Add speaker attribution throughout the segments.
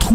Speaker 1: 突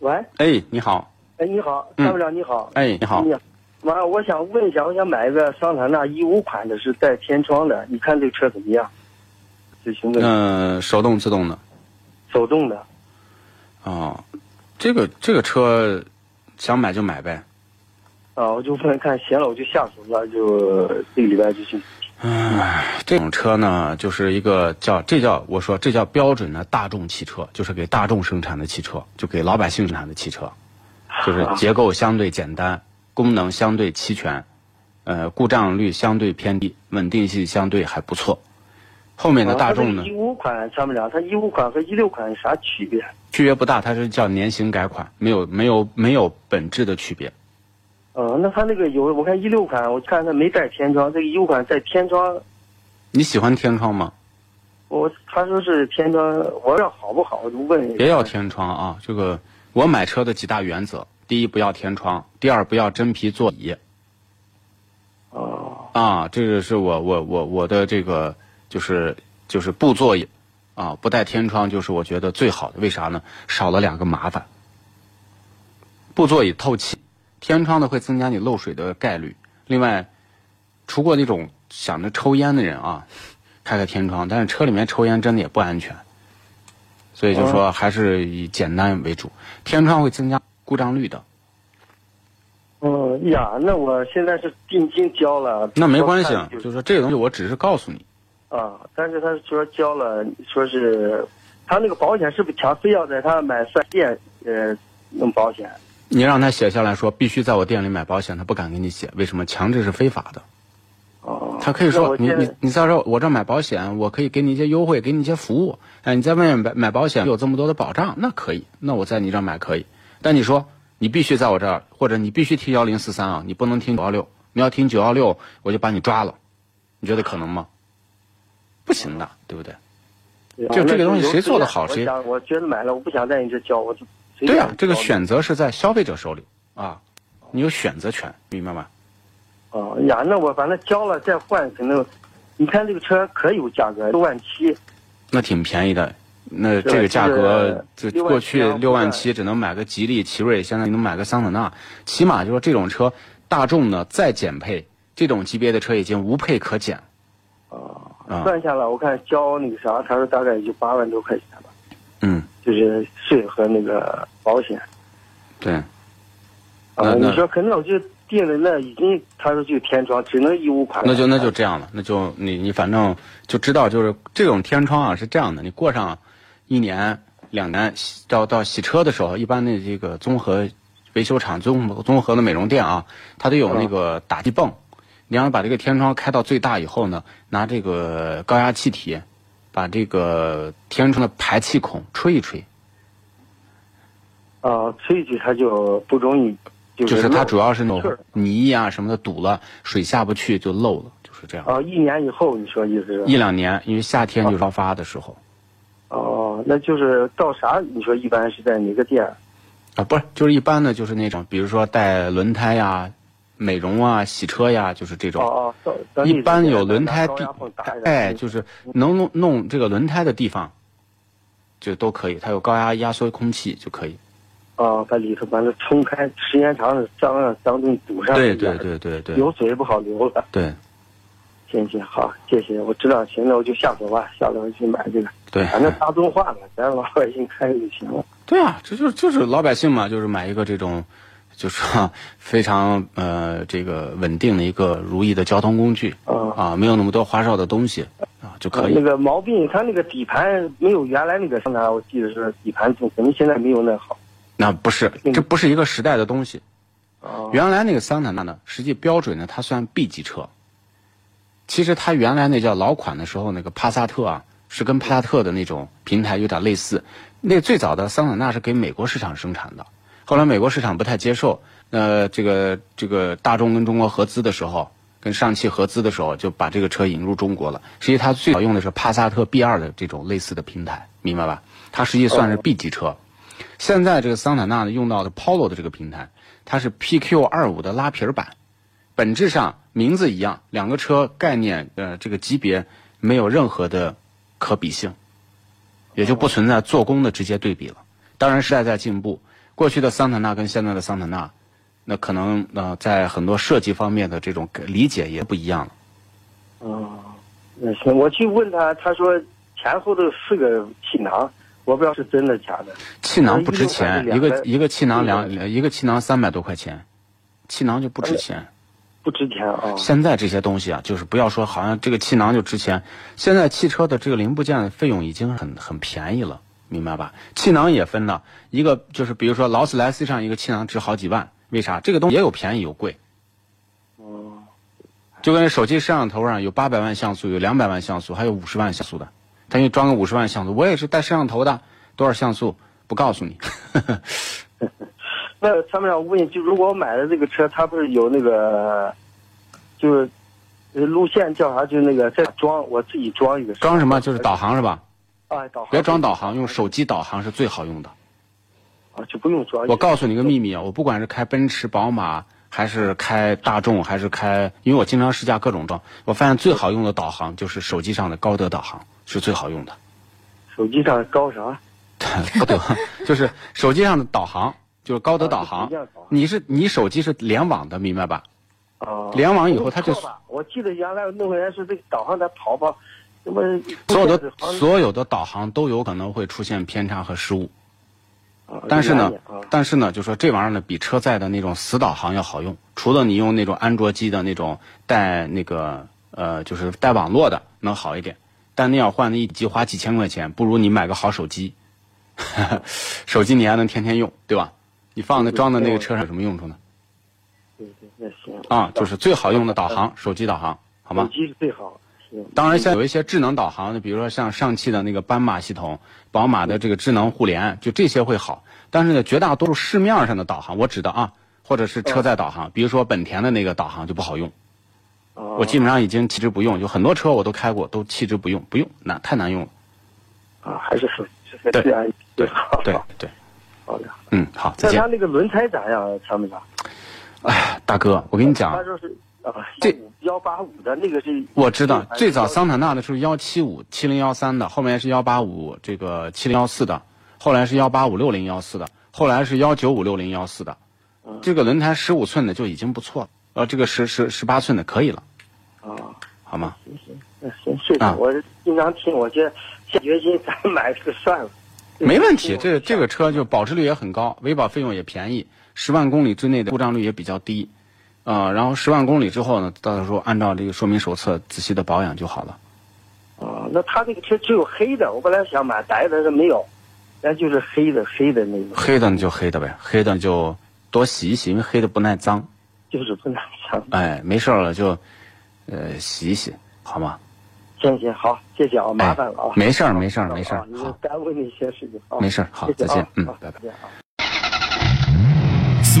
Speaker 2: 喂，
Speaker 3: 哎，你好，
Speaker 2: 哎，你好，
Speaker 3: 嗯
Speaker 2: 参谋长，你好，
Speaker 3: 哎，你好，
Speaker 2: 你好，完了，我想问一下，我想买个桑塔纳一五款的，是带天窗的，你看这个车怎么样？咨询问，
Speaker 3: 嗯、手动自动的
Speaker 2: 手动的，
Speaker 3: 啊、这个这个车想买就买呗，
Speaker 2: 啊，我就问看闲了我就下手了，就这个礼拜就去，
Speaker 3: 唉，这种车呢，就是一个叫这叫我说这叫标准的大众汽车，就是给大众生产的汽车，就给老百姓生产的汽车，
Speaker 2: 啊
Speaker 3: 就是结构相对简单，功能相对齐全，呃，故障率相对偏低，稳定性相对还不错。后面的大众呢
Speaker 2: 啊一，五款参谋长，它一五款和一六款有啥区别？
Speaker 3: 区别不大，它是叫年型改款，没有没有没有本质的区别。
Speaker 2: 嗯，那它那个有，我看一六款，我看它没带天窗，这个一五款带天窗，
Speaker 3: 你喜欢天窗吗？
Speaker 2: 我他说是天窗，我说好不好？我就问一下
Speaker 3: 别要天窗啊！这个我买车的几大原则：第一，不要天窗；第二，不要真皮座椅。
Speaker 2: 哦，
Speaker 3: 啊，这个是我我我我的这个就是就是布座椅啊，不带天窗就是我觉得最好的。为啥呢？少了两个麻烦。布座椅透气，天窗呢会增加你漏水的概率。另外，除过那种想着抽烟的人啊，开开天窗，但是车里面抽烟真的也不安全。所以就
Speaker 2: 哦
Speaker 3: 说还是以简单为主，天窗会增加故障率的。
Speaker 2: 嗯呀，那我现在是定金交了，
Speaker 3: 那没关系
Speaker 2: 我
Speaker 3: 啊，
Speaker 2: 哦看
Speaker 3: 就
Speaker 2: 就是
Speaker 3: 说这个东西我只是告诉你。
Speaker 2: 啊，但是他说交了，说是他那个保险是不是强非要在他买四 S 店呃弄保险？
Speaker 3: 你让他写下来说必须在我店里买保险，他不敢给你写，为什么？强制是非法的。
Speaker 2: 哦，
Speaker 3: 他可以
Speaker 2: 那
Speaker 3: 说
Speaker 2: 我
Speaker 3: 你
Speaker 2: 现
Speaker 3: 你
Speaker 2: 在
Speaker 3: 你再说我这买保险，我可以给你一些优惠，给你一些服务。哎，你在外面买买保险有这么多的保障，那可以，那我在你这儿买可以。但你说你必须在我这儿，或者你必须听幺零四三啊，你不能听九幺六。你要听九幺六，我就把你抓了。你觉得可能吗？不行的，对不对？
Speaker 2: 啊
Speaker 3: 就这个东西谁做得好谁
Speaker 2: 我想我觉得买了，我不想在你这交，我就随
Speaker 3: 对
Speaker 2: 便
Speaker 3: 啊，这个
Speaker 2: 交
Speaker 3: 选择是在消费者手里啊，你有选择权，明白吗？
Speaker 2: 哦呀，那我反正交了再换，可能你看这个车可有价格，六万七。
Speaker 3: 那挺便宜的。那
Speaker 2: 对
Speaker 3: 这个价格，就
Speaker 2: 就是
Speaker 3: 过去
Speaker 2: 67,000
Speaker 3: 六万七只能买个吉利、奇瑞，现在你能买个桑塔纳，起码就说这种车，大众呢再减配，这种级别的车已经无配可减。
Speaker 2: 哦，
Speaker 3: 啊
Speaker 2: 算下来我看交那个啥，他说大概也就八万多块钱吧，
Speaker 3: 嗯，
Speaker 2: 就是税和那个保险。
Speaker 3: 对，那
Speaker 2: 啊，
Speaker 3: 那
Speaker 2: 你说可能我就定的那已经，他说就天窗，只能一五款。
Speaker 3: 那就那就这样了，那就你你反正就知道，就是这种天窗啊是这样的，你过上一年两年洗到到洗车的时候，一般的这个综合维修厂、综合综合的美容店啊，它都有
Speaker 2: 嗯
Speaker 3: 那个打地泵，你要把这个天窗开到最大以后呢，拿这个高压气体把这个天窗的排气孔吹一吹，
Speaker 2: 啊，吹起它就不容易，就
Speaker 3: 就是它主要是那
Speaker 2: 是
Speaker 3: 种泥啊什么的堵了，水下不去就漏了，就是这样。
Speaker 2: 啊，一年以后你说意思是？
Speaker 3: 一两年，因为夏天就是高发的时候。
Speaker 2: 哦，那就是到啥？你说一般是在哪个店？
Speaker 3: 啊，不是，就是一般的，就是那种，比如说带轮胎呀、美容啊、洗车呀，就是这种。
Speaker 2: 哦哦，到
Speaker 3: 一般有轮胎
Speaker 2: 高
Speaker 3: 地
Speaker 2: 压泵打一，下
Speaker 3: 哎，就是能弄弄这个轮胎的地方，就都可以，它有高压压缩空气就可以。
Speaker 2: 啊，把里头把它冲开，时间长了脏啊脏东西堵上，
Speaker 3: 对对，对对对
Speaker 2: 流水也不好流了。
Speaker 3: 对
Speaker 2: 行行好，谢谢，我知道，行，那我就下手吧，下手去买这个，
Speaker 3: 对，
Speaker 2: 反正大众化了，咱老百姓开就行了。
Speaker 3: 对啊，这就是就是老百姓嘛，就是买一个这种，就是、啊、非常呃这个稳定的一个如意的交通工具
Speaker 2: 嗯
Speaker 3: 啊，没有那么多花哨的东西啊就可
Speaker 2: 呃那
Speaker 3: 以。
Speaker 2: 个毛病，它那个底盘没有原来那个桑塔纳，我记得是底盘挺肯定现在没有那好。
Speaker 3: 那不是，这不是一个时代的东西。
Speaker 2: 啊，
Speaker 3: 原来那个桑塔纳呢，实际标准呢，它算 B 级车。其实它原来那叫老款的时候，那个帕萨特啊，是跟帕萨特的那种平台有点类似。那最早的桑塔纳是给美国市场生产的，后来美国市场不太接受，呃，这个这个大众跟中国合资的时候，跟上汽合资的时候，就把这个车引入中国了。实际它最早用的是帕萨特 B 二的这种类似的平台，明白吧？它实际算是 B 级车。现在这个桑塔纳呢，用到的 Polo 的这个平台，它是 PQ 二五的拉皮儿版，本质上名字一样，两个车概念呃这个级别没有任何的可比性，也就不存在做工的直接对比了。当然，时代在进步，过去的桑塔纳跟现在的桑塔纳，那可能呃在很多设计方面的这种理解也不一样了。
Speaker 2: 啊，那行，我去问他，他说前后都有四个气囊，我不知道是真的假的。
Speaker 3: 气囊不值钱，
Speaker 2: 呃
Speaker 3: 一
Speaker 2: 一个
Speaker 3: 个一个气囊
Speaker 2: 一
Speaker 3: 两一个气囊三百多块钱，气囊就不值钱。
Speaker 2: 不值钱啊。
Speaker 3: 现在这些东西啊，就是不要说好像这个气囊就值钱，现在汽车的这个零部件的费用已经很很便宜了，明白吧？气囊也分的，一个就是比如说劳斯莱斯上一个气囊值好几万，为啥？这个东西也有便宜有贵，
Speaker 2: 嗯，
Speaker 3: 就跟手机摄像头上有八百万像素，有两百万像素，还有五十万像素的，他给你装个五十万像素，我也是带摄像头的，多少像素不告诉你，
Speaker 2: 那他们想问，就如果我买的这个车，它不是有那个，就是呃路线叫啥？就是那个在装，我自己装一个。
Speaker 3: 装什么就是导航是吧？
Speaker 2: 啊，导航。
Speaker 3: 别装导航，用手机导航是最好用的。
Speaker 2: 啊，就不用装。
Speaker 3: 我告诉你个秘密啊，我不管是开奔驰、宝马，还是开大众，还是开，因为我经常试驾各种装，我发现最好用的导航就是手机上的高德导航是最好用的。
Speaker 2: 手机上高啥？
Speaker 3: 高德 就是手机上的导航，就是高德导
Speaker 2: 啊
Speaker 3: 航
Speaker 2: 手机上导航。
Speaker 3: 你是你手机是联网的，明白吧？
Speaker 2: 啊，
Speaker 3: 联网以后它就
Speaker 2: 错吧我记得原来弄个人是这个导航在跑跑，什么
Speaker 3: 所有
Speaker 2: 路
Speaker 3: 的
Speaker 2: 线导航
Speaker 3: 所有的导航都有可能会出现偏差和失误。
Speaker 2: 啊
Speaker 3: 但是呢
Speaker 2: 啊，
Speaker 3: 但是呢，就说这玩意儿呢，比车载的那种死导航要好用。除了你用那种安卓机的那种带那个呃，就是带网络的能好一点，但那要换那一机花几千块钱，不如你买个好手机。 手机你还能天天用，对吧？你放在装在那个车上有什么用处呢？
Speaker 2: 对对，那行
Speaker 3: 啊，就是最好用的导航，手机导航，好吗
Speaker 2: 手？机是最好。行
Speaker 3: 当然，现在有一些智能导航，比如说像上汽的那个斑马系统、宝马的这个智能互联，就这些会好。但是呢，绝大多数市面上的导航，我指的啊，或者是车载导航，比如说本田的那个导航就不好用。
Speaker 2: 啊，
Speaker 3: 我基本上已经弃之不用，有很多车我都开过，都弃之不用，不用难太难用了。
Speaker 2: 啊还是手机是
Speaker 3: 对
Speaker 2: 这样
Speaker 3: 对
Speaker 2: 好
Speaker 3: 对对，
Speaker 2: 好的。
Speaker 3: 嗯，好，再
Speaker 2: 那
Speaker 3: 见
Speaker 2: 他。那个轮胎咋样？参谋长？
Speaker 3: 哎，大哥，我跟你讲
Speaker 2: 他，说是啊，
Speaker 3: 这
Speaker 2: 幺八五的那个是，
Speaker 3: 我知道最早
Speaker 2: 三
Speaker 3: 桑塔纳的时候幺七五七零幺三的，后面是幺八五这个七零幺四的，后来是幺八五六零幺四的，后来是幺九五六零幺四的。这个轮胎十五寸的就已经不错了，呃，这个十十十八寸的可以了，
Speaker 2: 啊，
Speaker 3: 好吗？
Speaker 2: 那行，谢谢。
Speaker 3: 啊
Speaker 2: 我经常听，我这下决心咱买这个算了。
Speaker 3: 没问题，这这
Speaker 2: 个
Speaker 3: 个车就保值率也很高，维保费用也便宜，十万公里之内的故障率也比较低，呃，然后十万公里之后呢，到时候按照这个说明手册仔细的保养就好了。
Speaker 2: 啊，那他这个车只有黑的，我本来想买白的，这没有，咱就是黑的，黑的那个
Speaker 3: 黑的你就黑的呗，黑的就多洗一洗，因为黑的不耐脏。
Speaker 2: 就是不能想。
Speaker 3: 哎，没事儿了就，呃，洗一洗，好吗？
Speaker 2: 行行，好，谢谢啊，麻烦了啊
Speaker 3: 哎。没事儿，没事儿，没事
Speaker 2: 啊
Speaker 3: 儿，
Speaker 2: 因为
Speaker 3: 好，
Speaker 2: 耽误你一些事情啊。
Speaker 3: 没事儿，好，
Speaker 2: 谢谢
Speaker 3: 再
Speaker 2: 啊
Speaker 3: 见，嗯，
Speaker 2: 好
Speaker 3: 拜拜。
Speaker 2: 再见啊。
Speaker 1: 俗